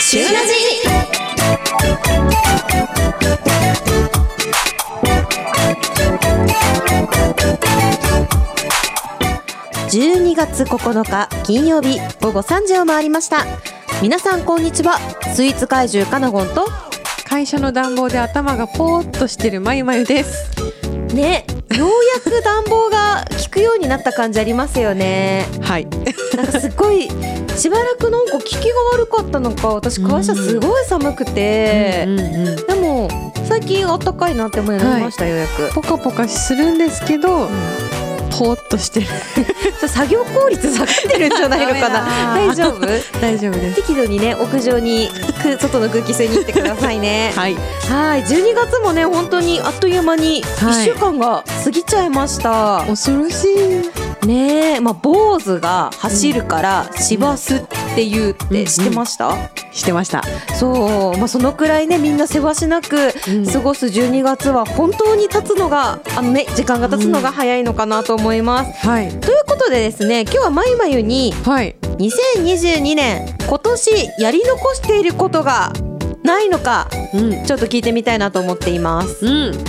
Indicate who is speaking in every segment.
Speaker 1: 週ラジ
Speaker 2: 12月9日金曜日午後3時を回りました皆さんこんにちはスイーツ怪獣かなごんと
Speaker 3: 会社の暖房で頭がポーっとしてるまゆまゆです
Speaker 2: ねようやく暖房が効くようになった感じありますよね
Speaker 3: はい
Speaker 2: なんかすごいしばらくなんか効きが悪かったのか私会社すごい寒くて、でも最近あったかいなって思いになりました、ようやく
Speaker 3: ポカポカするんですけど、ポーっと してる
Speaker 2: それ作業効率下がってるんじゃないのかな
Speaker 3: ダメだ
Speaker 2: 大丈夫
Speaker 3: 大丈夫です
Speaker 2: 適度にね屋上にく外の空気吸いに行ってくださいね
Speaker 3: はい
Speaker 2: はい、12月もね本当にあっという間に1
Speaker 3: はい
Speaker 2: 週間が過ぎちゃいました、
Speaker 3: 恐ろしい
Speaker 2: ねえ、まあ、坊主が走るから芝すって言うって知ってました、
Speaker 3: してました
Speaker 2: そう、まあ、そのくらいねみんなせわしなく
Speaker 3: うん
Speaker 2: 過ごす12月は本当に経つのがあのね時間が経つのが早いのかなと思います、
Speaker 3: はい
Speaker 2: ということでですね今日はまゆまゆに
Speaker 3: はい
Speaker 2: 2022年今年やり残していることがないのか
Speaker 3: うん
Speaker 2: ちょっと聞いてみたいなと思っています
Speaker 3: うん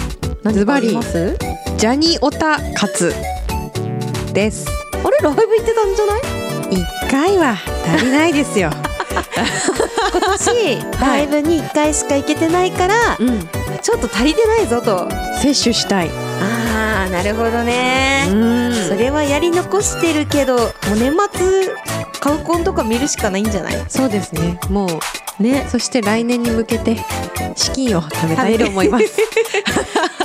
Speaker 2: 何
Speaker 3: ズバリ
Speaker 2: かあります
Speaker 3: ジャニオタ活です
Speaker 2: あれライブ行ってたんじゃない
Speaker 3: 一回は足りないですよ
Speaker 2: 今年ライブに1回しか行けてないから
Speaker 3: うん
Speaker 2: ちょっと足りてないぞと
Speaker 3: 摂取したい
Speaker 2: あーなるほど
Speaker 3: う
Speaker 2: ね、
Speaker 3: ん
Speaker 2: それはやり残してるけどもう年末カウコンとか見るしかないんじゃない
Speaker 3: そうですねもう
Speaker 2: ね
Speaker 3: そして来年に向けて資金を貯めたいと思います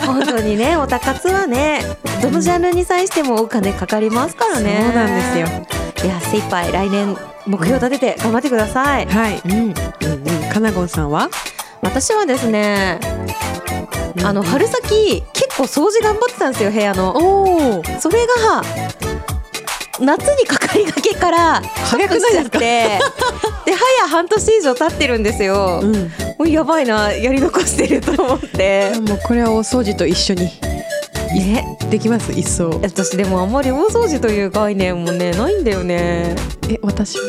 Speaker 2: 本当にねおたかつはねどのジャンルに際してもお金かかりますからね
Speaker 3: そうなんです
Speaker 2: い
Speaker 3: よ
Speaker 2: や精一杯来年目標立てて頑張ってください、
Speaker 3: はい
Speaker 2: うん、
Speaker 3: うんうん、かなごんさんは、
Speaker 2: 私はですねあの春先結構掃除頑張ってたんですよ部屋の
Speaker 3: おお
Speaker 2: それが夏にかかりがけから早
Speaker 3: くないです
Speaker 2: て
Speaker 3: か
Speaker 2: で早半年以上経ってるんですよ、
Speaker 3: うん、
Speaker 2: もうやばいなやり残してると思って
Speaker 3: もうこれはお掃除と一緒に
Speaker 2: ね
Speaker 3: できます一層
Speaker 2: 私でもあんまり大掃除という概念もねないんだよね
Speaker 3: え私も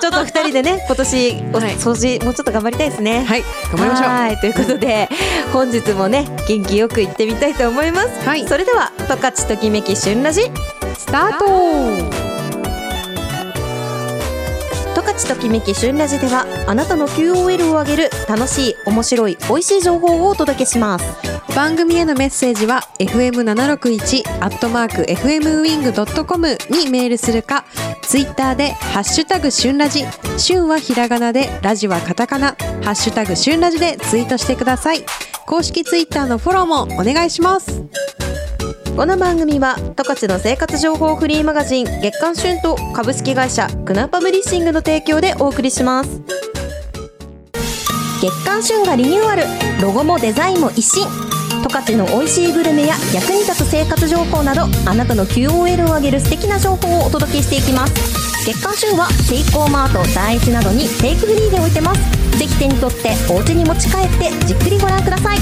Speaker 2: ちょっと二人でね今年お
Speaker 3: はい
Speaker 2: 掃除もうちょっと頑張りたいですね
Speaker 3: はい頑張りましょう
Speaker 2: はいということで本日もね元気よく行ってみたいと思います、
Speaker 3: はい
Speaker 2: それでは「トカチときめき旬ラジ」
Speaker 3: スタート
Speaker 2: 十勝ときめき旬ラジではあなたの QOL を上げる楽しい面白い美味しい情報をお届けします
Speaker 3: 番組へのメッセージは fm761 アットマーク fmwing.com にメールするかツイッターでハッシュタグ旬ラジ旬はひらがなでラジはカタカナハッシュタグ旬ラジでツイートしてください公式ツイッターのフォローもお願いします
Speaker 2: この番組は十勝の生活情報フリーマガジン月刊旬と株式会社クナパブリッシングの提供でお送りします月刊旬がリニューアルロゴもデザインも一新十勝の美味しいグルメや役に立つ生活情報などあなたの QOL を上げる素敵な情報をお届けしていきます月刊旬はセイコーマート第一などにテイクフリーで置いてますぜひ手に取ってお家に持ち帰ってじっくりご覧ください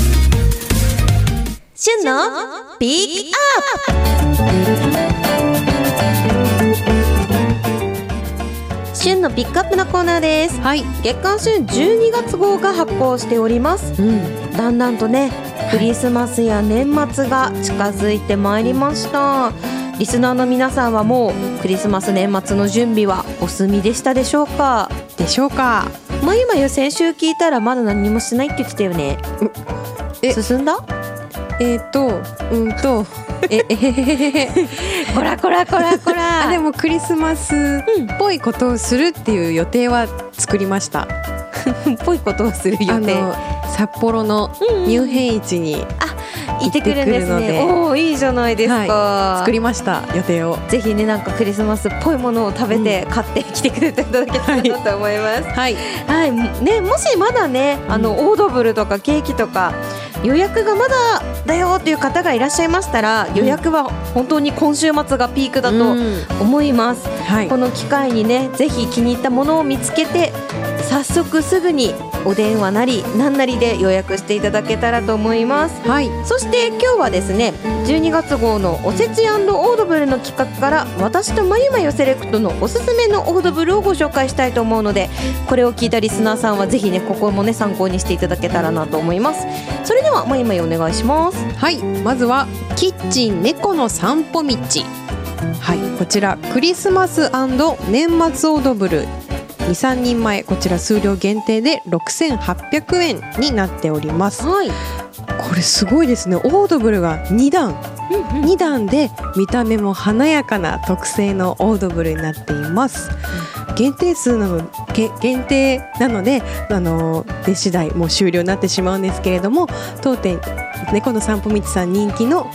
Speaker 2: 旬のピックアップ旬のピックアップのコーナーです
Speaker 3: はい、
Speaker 2: 月刊旬12月号が発行しております
Speaker 3: うん、
Speaker 2: だんだんとねクリスマスや年末が近づいてまいりましたリスナーの皆さんはもうクリスマス年末の準備はお済みでしたでしょうか
Speaker 3: でしょうか
Speaker 2: まゆまゆ先週聞いたらまだ何もしないって言ってたよね
Speaker 3: え
Speaker 2: 進んだ
Speaker 3: えっ、と、うんと、え、えへへへへへ。
Speaker 2: こらこらこらこら
Speaker 3: あ、でもクリスマスっぽいことをするっていう予定は作りました。
Speaker 2: っぽいことをする予
Speaker 3: あ
Speaker 2: 定
Speaker 3: の、札幌のミュンヘン市に
Speaker 2: いてくるんです
Speaker 3: 行ってく
Speaker 2: ね
Speaker 3: るので
Speaker 2: おおいいじゃないですか、
Speaker 3: 作りました、予定を。
Speaker 2: ぜひねなんかクリスマスっぽいものを食べて買ってきてくれていただけたらなと思います。
Speaker 3: はい、
Speaker 2: はい、ねもしまだねあの、オードブルとかケーキとか予約がまだだよという方がいらっしゃいましたら予約は本当に今週末がピークだと
Speaker 3: うん
Speaker 2: 思います。
Speaker 3: はい
Speaker 2: この機会にねぜひ気に入ったものを見つけて早速すぐにお電話なり何なりで予約していただけたらと思います
Speaker 3: はい
Speaker 2: そして今日はですね12月号のおせちオードブルの企画から私とまゆまゆセレクトのおすすめのオードブルをご紹介したいと思うのでこれを聞いたリスナーさんはぜひねここもね参考にしていただけたらなと思いますそれではまゆまゆお願いします
Speaker 3: はい、まずはキッチン猫の散歩道。はい、こちらクリスマス年末オードブル。2、3人前こちら数量限定で6800円になっております。こ
Speaker 2: はい、
Speaker 3: れすごいですね。オードブルが2段、2段で見た目も華やかな特製のオードブルになっています。限定数なのげ限定なので、あのー、次第もう終了になってしまうんですけれども当店猫の散歩道さん人気の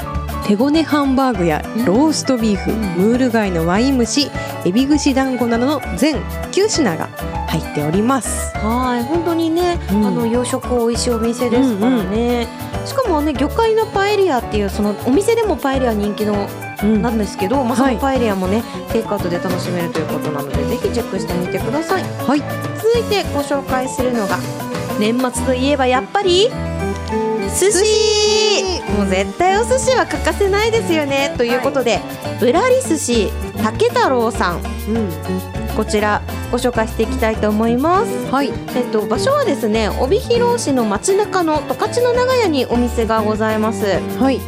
Speaker 3: 手ごねハンバーグや
Speaker 2: うん
Speaker 3: ローストビーフ、ムール貝のワイン蒸しエビ串団子などの全9品が入っております。
Speaker 2: はい本当にね、
Speaker 3: うん
Speaker 2: あの洋食おいしいお店ですからね、しかもね魚介のパエリアっていうそのお店でもパエリア人気の
Speaker 3: うん
Speaker 2: なんですけど、まあ、そ
Speaker 3: はい
Speaker 2: のパエリアもね、テイクアウトで楽しめるということなのでぜひチェックしてみてください
Speaker 3: はい、
Speaker 2: 続いてご紹介するのが年末といえばやっぱり寿司もう絶対お寿司は欠かせないですよねということで、ぶらり寿司竹太郎さん
Speaker 3: うん
Speaker 2: こちらご紹介していきたいと思います
Speaker 3: はい
Speaker 2: えっと、場所はですね帯広市の街中の十勝の長屋にお店がございます
Speaker 3: はい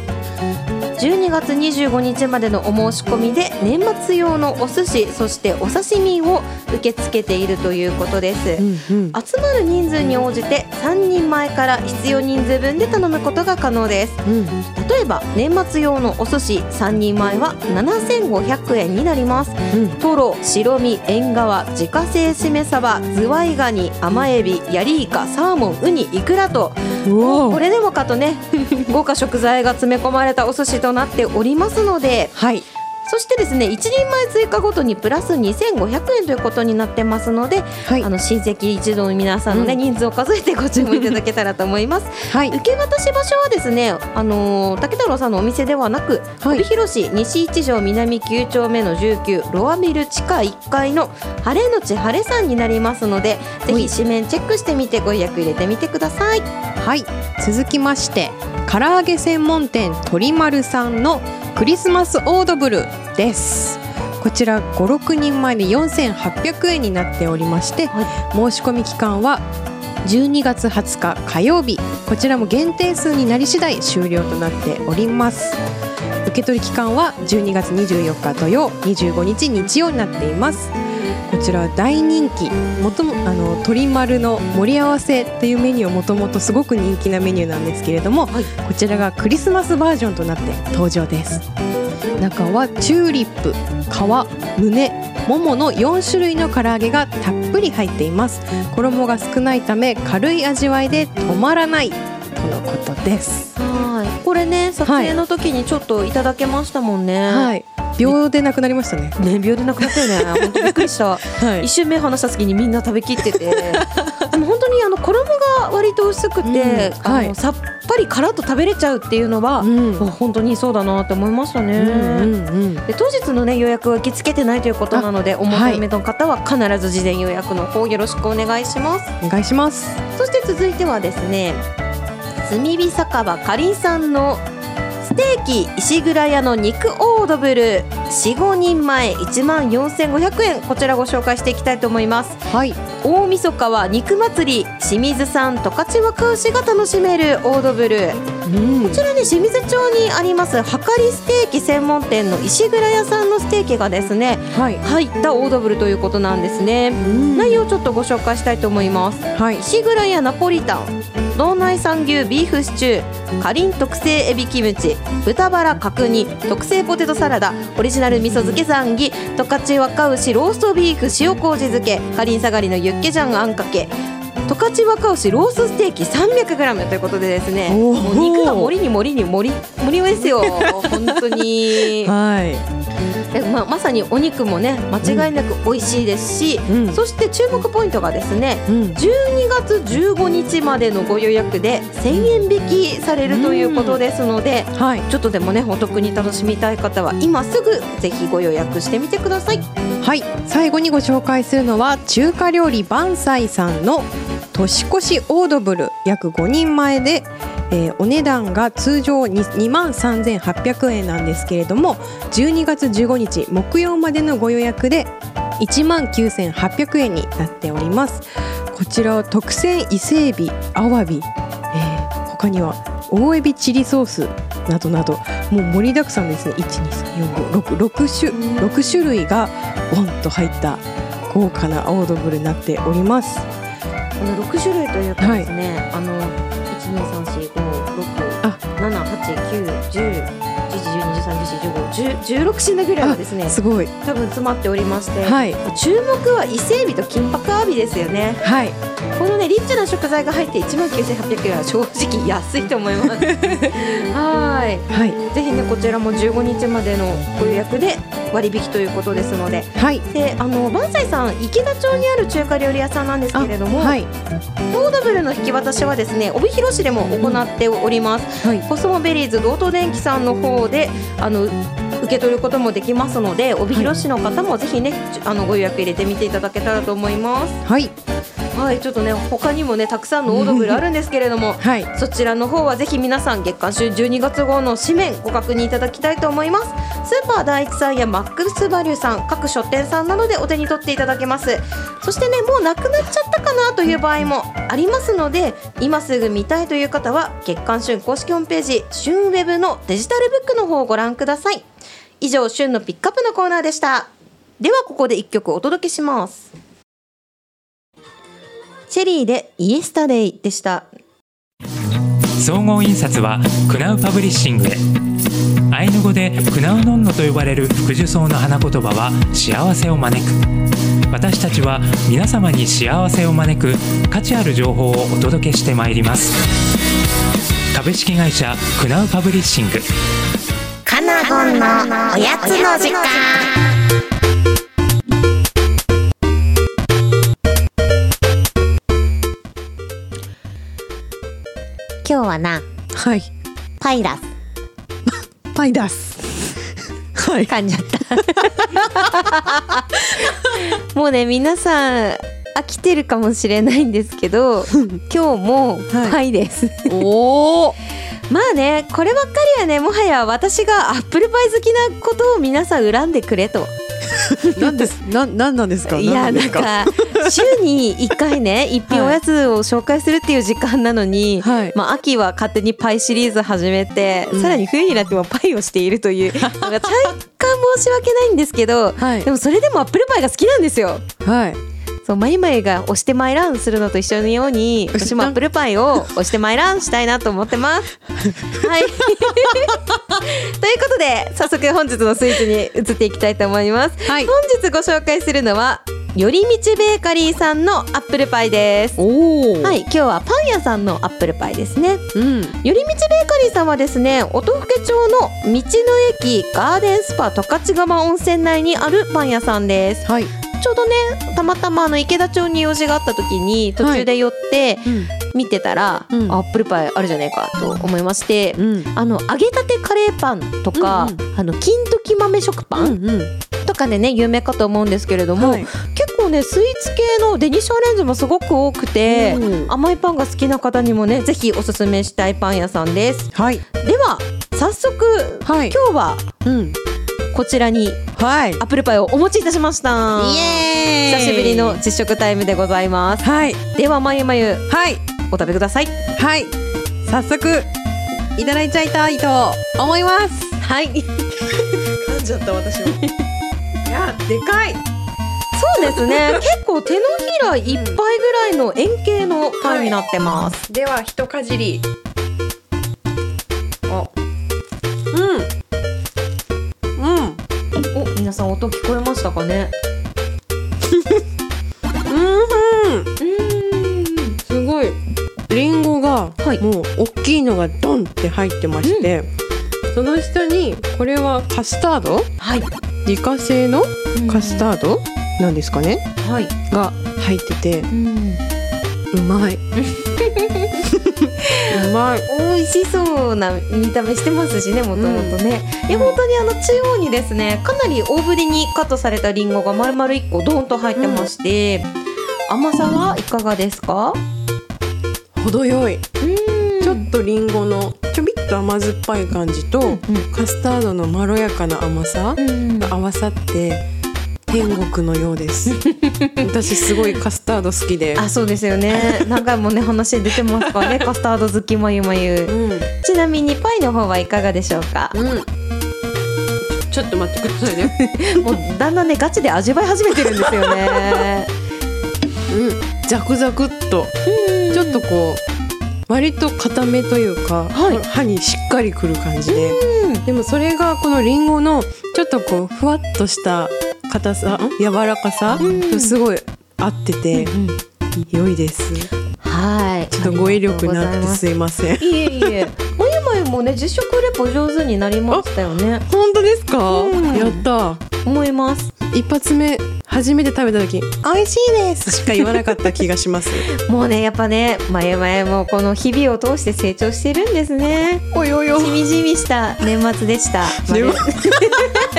Speaker 2: 12月25日までのお申し込みで年末用のお寿司そしてお刺身を受け付けているということです
Speaker 3: うんうん
Speaker 2: 集まる人数に応じて3人前から必要人数分で頼むことが可能です
Speaker 3: うん
Speaker 2: 例えば年末用のお寿司3人前は7500円になります
Speaker 3: うん
Speaker 2: トロ、白身、縁側、自家製しめ鯖、ズワイガニ、甘エビ、ヤリイカ、サーモン、ウニ、イクラと
Speaker 3: うおー
Speaker 2: これでもか とね豪華食材が詰め込まれたお寿司となっておりますので
Speaker 3: はい
Speaker 2: そしてですね1人前追加ごとにプラス2500円ということになってますので、
Speaker 3: はい
Speaker 2: あの親戚一同の皆さんの、ね
Speaker 3: うん
Speaker 2: 人数を数えてご注文いただけたらと思います
Speaker 3: はい
Speaker 2: 受け渡し場所はですね、あのー竹太郎さんのお店ではなく
Speaker 3: はい
Speaker 2: 帯広市西一条南9丁目の19ロアミル地下1階の晴れのち晴れさんになりますのでぜ
Speaker 3: はい
Speaker 2: ひ紙面チェックしてみてご予約入れてみてください。
Speaker 3: はい続きまして唐揚げ専門店鳥丸さんのクリスマスオードブルですこちら56人前で4800円になっておりまして、申し込み期間は12月20日火曜日こちらも限定数になり次第終了となっております受け取り期間は12月24日土曜25日日曜になっていますこちらは大人気もともあの鶏丸の盛り合わせというメニューをもともとすごく人気なメニューなんですけれども、
Speaker 2: はい
Speaker 3: こちらがクリスマスバージョンとなって登場です中はチューリップ皮胸ももの4種類の唐揚げがたっぷり入っています衣が少ないため軽い味わいで止まらないとのことです
Speaker 2: はいこれね撮影の時にちょっといただけましたもんね。
Speaker 3: はい秒でなくなりましたね
Speaker 2: ね、秒でなくなったよ ね本当びっくりした
Speaker 3: は
Speaker 2: 一瞬目離した時にみんな食べき っててでも本当にあの衣が割と薄くて、
Speaker 3: うんはい
Speaker 2: あのさっぱりカラッと食べれちゃうっていうのは、
Speaker 3: うん
Speaker 2: あ本当にそうだなって思いましたね。
Speaker 3: うんうん
Speaker 2: で当日の、ね、予約は受け付けてないということなのでお
Speaker 3: は
Speaker 2: 求
Speaker 3: い
Speaker 2: めの方は必ず事前予約の方よろしくお願いします、
Speaker 3: お願いします
Speaker 2: そして続いてはですね炭火酒場かりんさんのステーキ石蔵屋の肉オードブル45人前1万4500円こちらご紹介していきたいと思います
Speaker 3: はい
Speaker 2: 大晦日は肉祭り清水産十勝若牛が楽しめるオードブル
Speaker 3: うん
Speaker 2: こちらね清水町にありますはかりステーキ専門店の石倉屋さんのステーキがですね
Speaker 3: はい
Speaker 2: 入ったオードブルということなんですね内容をちょっとご紹介したいと思います
Speaker 3: はい
Speaker 2: 石倉屋ナポリタン道内産牛ビーフシチューかりん特製エビキムチ豚バラ角煮特製ポテトサラダオリジナル味噌漬け残儀十勝若牛ローストビーフ塩麹漬けかりん下がりのユッケジャンあんかけ十勝若牛ロースステーキ 300g ということでですね
Speaker 3: おー
Speaker 2: もう肉が盛りに盛りに盛り盛りです よ本当に
Speaker 3: は
Speaker 2: でまあまさにお肉もね間違いなく美味しいですし、
Speaker 3: いうん
Speaker 2: そして注目ポイントがですね
Speaker 3: うん
Speaker 2: 12月15日までのご予約で1000円引きされるということですので、
Speaker 3: はい
Speaker 2: ちょっとでもねお得に楽しみたい方は今すぐぜひご予約してみてください。
Speaker 3: はい最後にご紹介するのは中華料理万歳さんの年越しオードブル約5人前で、えーお値段が通常2万3800円なんですけれども12月15日木曜までのご予約で1万9800円になっておりますこちらは特選伊勢海老アワビ、えー他には大エビチリソースなどなどもう盛りだくさんですね1234566種六種類がボンと入った豪華なオードブルになっております
Speaker 4: この6種類というかですね、あの
Speaker 3: あ
Speaker 4: 12345678910111213141516品ぐらいはですね
Speaker 3: すごい
Speaker 4: 多分詰まっておりまして、
Speaker 3: はい
Speaker 4: 注目は伊勢海老と金箔アワビですよね
Speaker 3: はい
Speaker 4: このねリッチな食材が入って1万9800円は正直安いと思い ますは
Speaker 3: はい
Speaker 4: ーいぜひねこちらも15日までのご予約で割引ということですので
Speaker 3: はい
Speaker 4: であの万歳さん池田町にある中華料理屋さんなんですけれども、
Speaker 3: はい
Speaker 4: オードブルの引き渡しはですね帯広市でも行っております
Speaker 3: はい
Speaker 4: コスモベリーズ道東電機さんの方であの受け取ることもできますので帯広市の方もぜひね、ちょあのご予約入れてみていただけたらと思います
Speaker 3: はい
Speaker 4: はいちょっとね他にもねたくさんのオードブルあるんですけれども
Speaker 3: はい
Speaker 4: そちらの方はぜひ皆さん月刊週12月号の紙面ご確認いただきたいと思いますスーパー第一さんやマックスバリューさん各書店さんなどでお手に取っていただけますそしてねもうなくなっちゃったかなという場合もありますので今すぐ見たいという方は月刊旬公式ホームページ旬ウェブのデジタルブックの方をご覧ください以上旬のピックアップのコーナーでしたではここで一曲お届けしますチェリーでイエスタデイでした
Speaker 5: 総合印刷はクナウパブリッシングへアイヌ語でクナウノンノと呼ばれる福寿草の花言葉は幸せを招く私たちは皆様に幸せを招く価値ある情報をお届けしてまいります株式会社クナウパブリッシング
Speaker 6: カナゴンのおやつの時間。
Speaker 2: 今日はな
Speaker 3: はい
Speaker 2: パイラス
Speaker 3: パイダスはい
Speaker 2: 噛んじゃったもうね皆さん飽きてるかもしれないんですけ ど今日も
Speaker 3: はい
Speaker 2: パイです、
Speaker 3: おお
Speaker 2: まあねこればっかりはねもはや私がアップルパイ好きなことを皆さん恨んでくれと
Speaker 3: なんですなんなんなんですか
Speaker 2: いや
Speaker 3: で
Speaker 2: な
Speaker 3: す
Speaker 2: んか週に1回ね一品おやつを紹介するっていう時間なのに、
Speaker 3: はい
Speaker 2: まあ、秋は勝手にパイシリーズ始めて、
Speaker 3: うん
Speaker 2: さらに冬になってもパイをしているという なんか若干申し訳ないんですけど、
Speaker 3: はい
Speaker 2: でもそれでもアップルパイが好きなんですよ。
Speaker 3: はい
Speaker 2: そうマイマイが押してマイランするのと一緒のよう に私もアップルパイを押してマイランしたいなと思って ます。はい ということで早速本日のスイーツに移っていきたいと思います。
Speaker 3: はい
Speaker 2: 本日ご紹介するのはよりみちベーカリーさんのアップルパイです
Speaker 3: おお
Speaker 2: はい今日はパン屋さんのアップルパイですねよ
Speaker 3: うん
Speaker 2: りみちベーカリーさんはですね音更町の道の駅ガーデンスパ十勝川温泉内にあるパン屋さんです
Speaker 3: はい
Speaker 2: ちょうどねたまたまあの池田町に用事があった時に途中で寄って
Speaker 3: うん
Speaker 2: 見てたら、
Speaker 3: うん
Speaker 2: アップルパイあるじゃないかと思いまして、
Speaker 3: うん
Speaker 2: あの揚げたてカレーパンとか、
Speaker 3: うん
Speaker 2: あの金時豆食パン、
Speaker 3: うんうん
Speaker 2: とかでね有名かと思うんですけれども、
Speaker 3: はい
Speaker 2: 結構ねスイーツ系のデニッシュアレンジもすごく多くて、
Speaker 3: うん
Speaker 2: 甘いパンが好きな方にもねぜひおすすめしたいパン屋さんです
Speaker 3: はい
Speaker 2: では早速、
Speaker 3: はい
Speaker 2: 今日は
Speaker 3: うん
Speaker 2: こちらに
Speaker 3: はい
Speaker 2: アップルパイをお持ちいたしました
Speaker 3: エ
Speaker 2: 久しぶりの実食タイムでございます
Speaker 3: はい
Speaker 2: ではまゆまゆ
Speaker 3: はい
Speaker 2: お食べください
Speaker 3: はい早速いただいちゃいたいと思います
Speaker 2: はいそ
Speaker 3: 噛んじゃった私 もいやでかいう
Speaker 2: ですね 結構手のひらいっぱいぐらいの円形のパンになってます、
Speaker 3: では一かじりおうんうん
Speaker 2: お皆さん音聞こえましたかね
Speaker 3: うん
Speaker 2: うん
Speaker 3: すごいリンゴが
Speaker 2: はい
Speaker 3: もう大きいのがドンって入ってまして、その下にこれはカスタード
Speaker 2: はい
Speaker 3: 自家製のカスタードなんですかね
Speaker 2: はい。
Speaker 3: が入ってて
Speaker 2: うん。
Speaker 3: うまい うまい
Speaker 2: 美味しそうな見た目してますしね、もともとね。いや、本当当にあの中央にですねかなり大ぶりにカットされたリンゴが丸々1個ドーンと入ってまして、甘さはいかがですか
Speaker 3: 程よいち
Speaker 2: ち
Speaker 3: ょ
Speaker 2: ょっ
Speaker 3: っとリンゴのちょびっと甘酸っぱい感じと、カスタードのまろやかな甘さ
Speaker 2: と、
Speaker 3: が合わさって天国のようです 私すごいカスタード好きで、
Speaker 2: あそうですよ ね何回もね話出てますからねカスタード好きまゆま
Speaker 3: う
Speaker 2: ゆ
Speaker 3: んうん、
Speaker 2: ちなみにパイの方はいかがでしょうか
Speaker 3: ちょっと待ってくださいね
Speaker 2: もうだんだんねガチで味わい始めてるんですよ ね
Speaker 3: うん、ザクザクっと、ちょっとこう割と固めというか、
Speaker 2: はい
Speaker 3: 歯にしっかりくる感じで、でもそれがこのりんごのちょっとこうふわっとした硬さん柔らかさ、とすごい合ってて、良いです
Speaker 2: はい
Speaker 3: ちょっと語彙力なくてすいません
Speaker 2: いえいえまゆまゆもね実食レポ上手になりましたよね
Speaker 3: 本当ですか、
Speaker 2: うん
Speaker 3: やった
Speaker 2: 思います
Speaker 3: 一発目初めて食べた時美味しいですしか言わなかった気がします
Speaker 2: もうねやっぱねまゆまゆもこの日々を通して成長してるんですね
Speaker 3: おいおいおい
Speaker 2: しみじみした年末でした。
Speaker 3: でも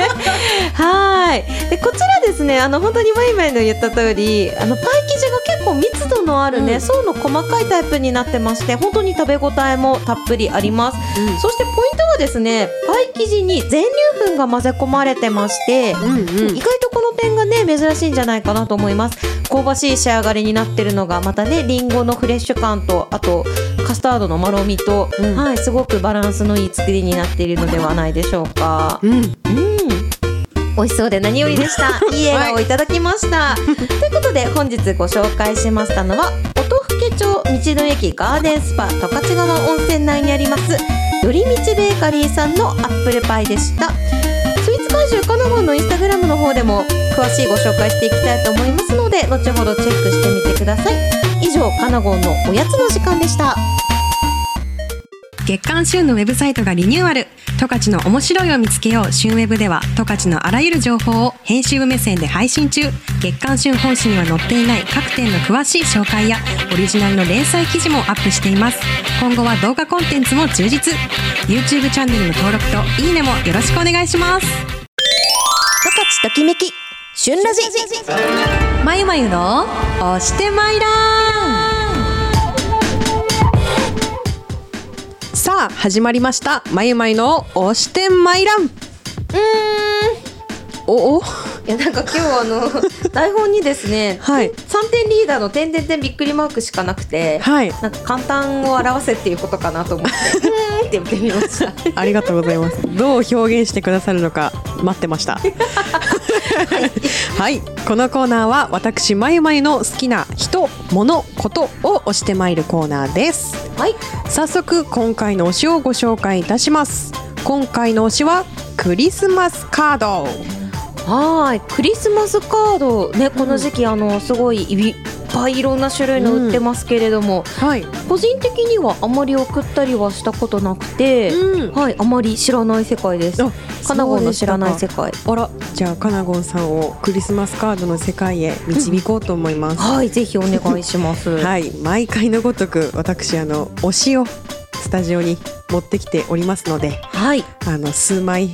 Speaker 2: はーい。でこちらですね、あの本当にマイマイの言った通り、あのパイ生地が結構密度のあるね、
Speaker 3: うん
Speaker 2: 層の細かいタイプになってまして、本当に食べ応えもたっぷりあります。
Speaker 3: う
Speaker 2: そしてポイントはですね、パイ生地に全粒粉が混ぜ込まれてまして、
Speaker 3: んうん
Speaker 2: 意外とこの点がね珍しいんじゃないかなと思います香ばしい仕上がりになってるのがまたねりんごのフレッシュ感とあとカスタードのまろみと、
Speaker 3: うん
Speaker 2: はいすごくバランスのいい作りになっているのではないでしょうか
Speaker 3: うん
Speaker 2: うん美味しそうで何よりで した。いい笑顔いただきました。ということで本日ご紹介しましたのは音更町道の駅ガーデンスパ十勝川温泉内にありますよりみちベーカリーさんのアップルパイでした。スイーツ怪獣かなごんのインスタグラムの方でも詳しいご紹介していきたいと思いますので後ほどチェックしてみてください。以上かなごんのおやつの時間でした。
Speaker 7: 月刊旬のウェブサイトがリニューアル十勝の面白いを見つけよう旬ウェブでは十勝のあらゆる情報を編集部目線で配信中月刊旬本誌には載っていない各店の詳しい紹介やオリジナルの連載記事もアップしています今後は動画コンテンツも充実 YouTube チャンネルの登録といいねもよろしくお願いします
Speaker 8: 十勝ときめき旬ラジ
Speaker 7: まゆまゆの押してまいらんさあ始まりましたまゆまゆの押してまいらんおお
Speaker 2: いやなんか今日あの 台本にですね
Speaker 3: はい
Speaker 2: 3点リーダーの点点点びっくりマークしかなくて、
Speaker 3: はい
Speaker 2: なんか簡単を表せっていうことかなと思ってうーんって言ってみました
Speaker 3: ありがとうございます。どう表現してくださるのか待ってました。 はい、このコーナーは私まゆまゆの好きな人、物、ことを押してまいるコーナーです。
Speaker 2: はい
Speaker 3: 早速今回の推しをご紹介いたします。今回の推しはクリスマスカード。
Speaker 2: はーいクリスマスカードねこの時期、あのすごいいっぱいいろんな種類の売ってますけれども、
Speaker 3: はい。
Speaker 2: 個人的にはあまり送ったりはしたことなくて、
Speaker 3: うん。
Speaker 2: はいあまり知らない世界です
Speaker 3: あ
Speaker 2: カナゴンの知らない世界
Speaker 3: 界。あら、じゃあかなごんさんをクリスマスカードの世界へ導こうと思います。
Speaker 2: はいぜひお願いします
Speaker 3: はい、毎回のごとく私あの推しをスタジオに持ってきておりますので
Speaker 2: はい
Speaker 3: あの数枚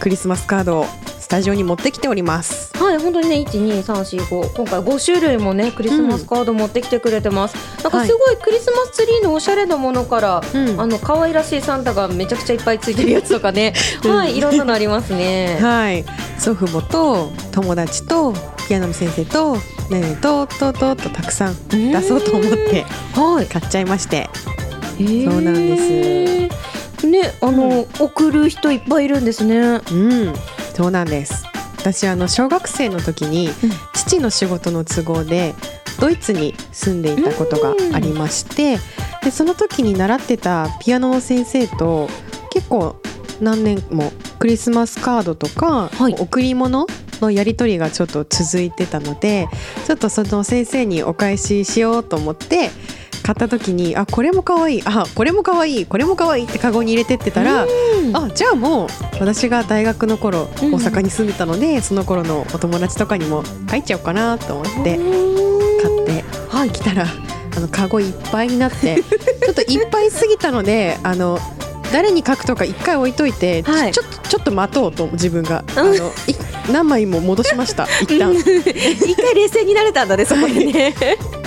Speaker 3: クリスマスカードをスタジオに持ってきております
Speaker 2: はい、本当にね、一二三四五、今回五種類もね、クリスマスカード持ってきてくれてます。なんかすごいクリスマスツリーのおしゃれなものから、
Speaker 3: うん
Speaker 2: あの可愛らしいサンタがめちゃくちゃいっぱいついてるやつとかね。
Speaker 3: うん
Speaker 2: はい、いろんなのありますね。
Speaker 3: はい祖父母と友達と柳波先生とねねととととたくさん出そうと思って
Speaker 2: はい、
Speaker 3: 買っちゃいまして
Speaker 2: そう。
Speaker 3: なんです
Speaker 2: ね、あの、送る人いっぱいいるんですね。
Speaker 3: うんそうなんです私あの小学生の時に父の仕事の都合でドイツに住んでいたことがありましてでその時に習ってたピアノの先生と結構何年もクリスマスカードとか、
Speaker 2: はい
Speaker 3: 贈り物のやり取りがちょっと続いてたのでちょっとその先生にお返ししようと思って買った時にあこれも可愛いあこれも可愛いこれも可愛いってカゴに入れてってたらあじゃあもう私が大学の頃
Speaker 2: うん
Speaker 3: 大阪に住んでたので、その頃のお友達とかにも入っちゃおうかなと思って買って、はい、来たらあのカゴいっぱいになっ てちょっといっぱいすぎたのであの誰に書くとか一回置いといて、ち
Speaker 2: はい
Speaker 3: ちょっとちょっと待とうと自分があのい何枚も戻し ました一旦
Speaker 2: 一回冷静になれたんだねそこでね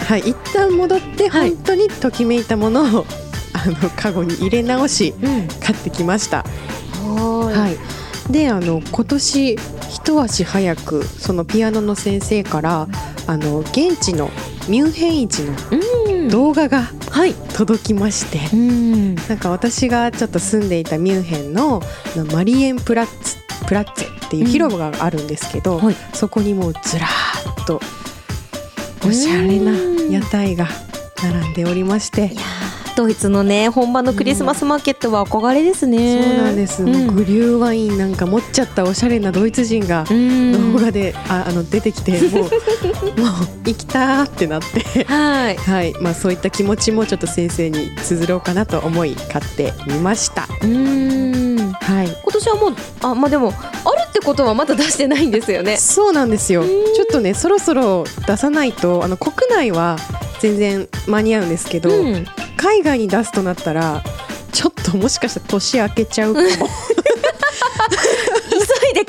Speaker 3: はい一旦戻って本当にときめいたものをあのカゴに入れ直し買ってきました。はいであの今年一足早くそのピアノの先生からあの現地のミュンヘン市の動画が届きまして、なんか私がちょっと住んでいたミュンヘンのあのマリエンプラッツプラッツェっていう広場があるんですけど、そこにもうずらーっとおしゃれな屋台が並んでおりまして、
Speaker 2: ドイツのね本場のクリスマスマーケットは憧れです
Speaker 3: そう
Speaker 2: ね
Speaker 3: なんです、もううグリューワインなんか持っちゃったおしゃれなドイツ人が動 画で、ああの出てきてもうもう行きたーってなって、
Speaker 2: はい
Speaker 3: はいまあ、そういった気持ちもちょっと先生に綴ろうかなと思い買ってみました。
Speaker 2: うん
Speaker 3: はい
Speaker 2: 今年はもうあまあでもあるってことはまだ出してないんですよね
Speaker 3: そうなんですよ。ちょっとねそろそろ出さないとあの国内は全然間に合うんですけど、
Speaker 2: うん
Speaker 3: 海外に出すとなったらちょっともしかしたら年明けちゃうか
Speaker 2: 急いで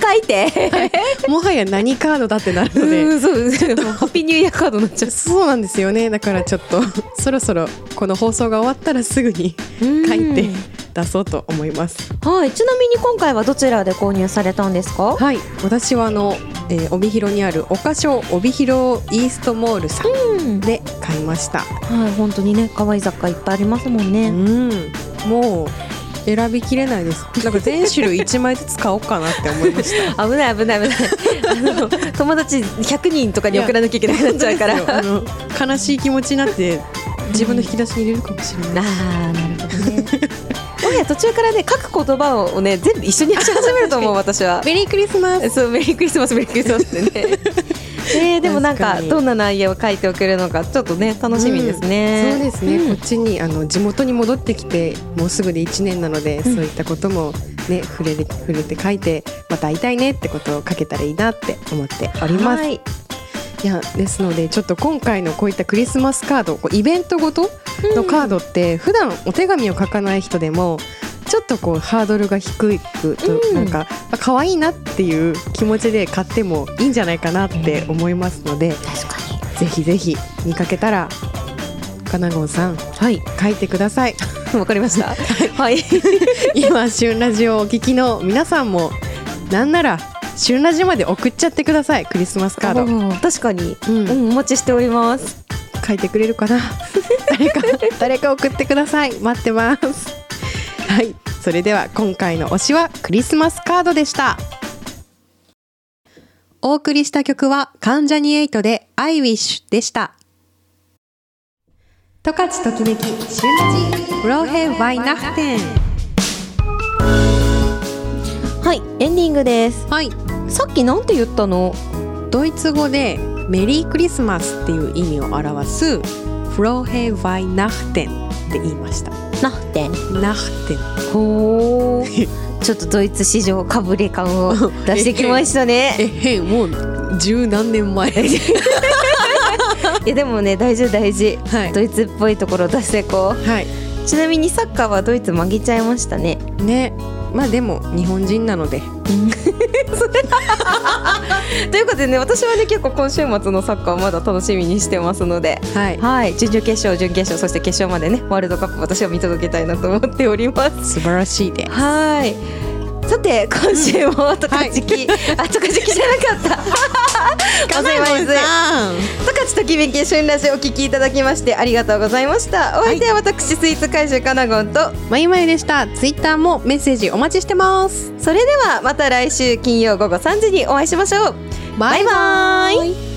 Speaker 2: 書い て
Speaker 3: ももはや何カードだってなるので。
Speaker 2: うんそうですねハッピーニューイヤーカードになっちゃう
Speaker 3: そうなんですよねだからちょっとそろそろこの放送が終わったらすぐに書いて出そうと思います
Speaker 2: はいちなみに今回はどちらで購入されたんですか
Speaker 3: はい私はあの、えー帯広にある岡所帯広イーストモールさんで買いました
Speaker 2: はい本当にね可愛い雑貨いっぱいありますもんね
Speaker 3: うん、もう選びきれないです。なんか全種類一枚ずつ買おうかなって思い ました。
Speaker 2: 危ない危ない危ないあの友達100人とかに送らなきゃいけなくなっ ちゃうから
Speaker 3: そうあの悲しい気持ちになって自分の引き出しに入れるかもしれない。
Speaker 2: あーなるほど ねもはや途中からね書く言葉をね全部一緒に話し始めると思う私は
Speaker 3: メリークリスマ ス。
Speaker 2: そうメリークリスマスメリークリスマスってね えー、でもなん
Speaker 3: 確
Speaker 2: か
Speaker 3: かに
Speaker 2: どんな内容を書いてくれるのかちょっとね楽しみですね、
Speaker 3: そうですね、こっちにあの地元に戻ってきてもうすぐで1年なので、そういったことも、ね、触れれ触れて書いてまた会いたいねってことを書けたらいいなって思っております。いやですのでちょっと今回のこういったクリスマスカードこうイベントごとのカードって、普段お手紙を書かない人でもちょっとこうハードルが低くと、なんかあ可愛いなっていう気持ちで買ってもいいんじゃないかなって思いますので、ぜひぜひ見かけたらかなごんさん、はい、書いてください
Speaker 2: わかりましたはい
Speaker 3: 今旬ラジオをお聞きの皆さんもなんなら旬ラジまで送っちゃってくださいクリスマスカード、
Speaker 2: おー確かに、
Speaker 3: うん
Speaker 2: うん、お待ちしております
Speaker 3: 書いてくれるかな誰か誰か送ってください待ってますはいそれでは今回の推しはクリスマスカードでした
Speaker 9: お送りした曲は関ジャニエイトで I wish でした。トカチときめき旬ラジフローヘイワイナフテン。
Speaker 2: はいエンディングです
Speaker 9: はい。
Speaker 2: さっきなんて言ったの
Speaker 3: ドイツ語でメリークリスマスっていう意味を表すフローヘイワイナフテンって言いました
Speaker 2: ナフテン
Speaker 3: ナフテン
Speaker 2: ほ ーちょっとドイツ史上かぶれ感 を出してきましたね
Speaker 3: えへんもう十何年前
Speaker 2: いやでもね大事大事、
Speaker 3: はい
Speaker 2: ドイツっぽいところ出していこ
Speaker 3: はいう
Speaker 2: ちなみにサッカーはドイツ曲げちゃいましたね
Speaker 3: ねまあでも日本人なので
Speaker 2: ということでね私はね結構今週末のサッカーをまだ楽しみにしてますので
Speaker 3: はい
Speaker 2: はい準々決勝準決勝そして決勝までねワールドカップ私は見届けたいなと思っております
Speaker 3: 素晴らしいで
Speaker 2: はいさて今週もトカチキ、あトカチキじゃなかったお世話にずいトカチときめき旬ラジオお聞きいただきましてありがとうございましたお相手は私、スイーツ怪獣かなごんと
Speaker 3: まゆまゆでしたツイッターもメッセージお待ちしてます
Speaker 2: それではまた来週金曜午後3時にお会いしましょうバイバイ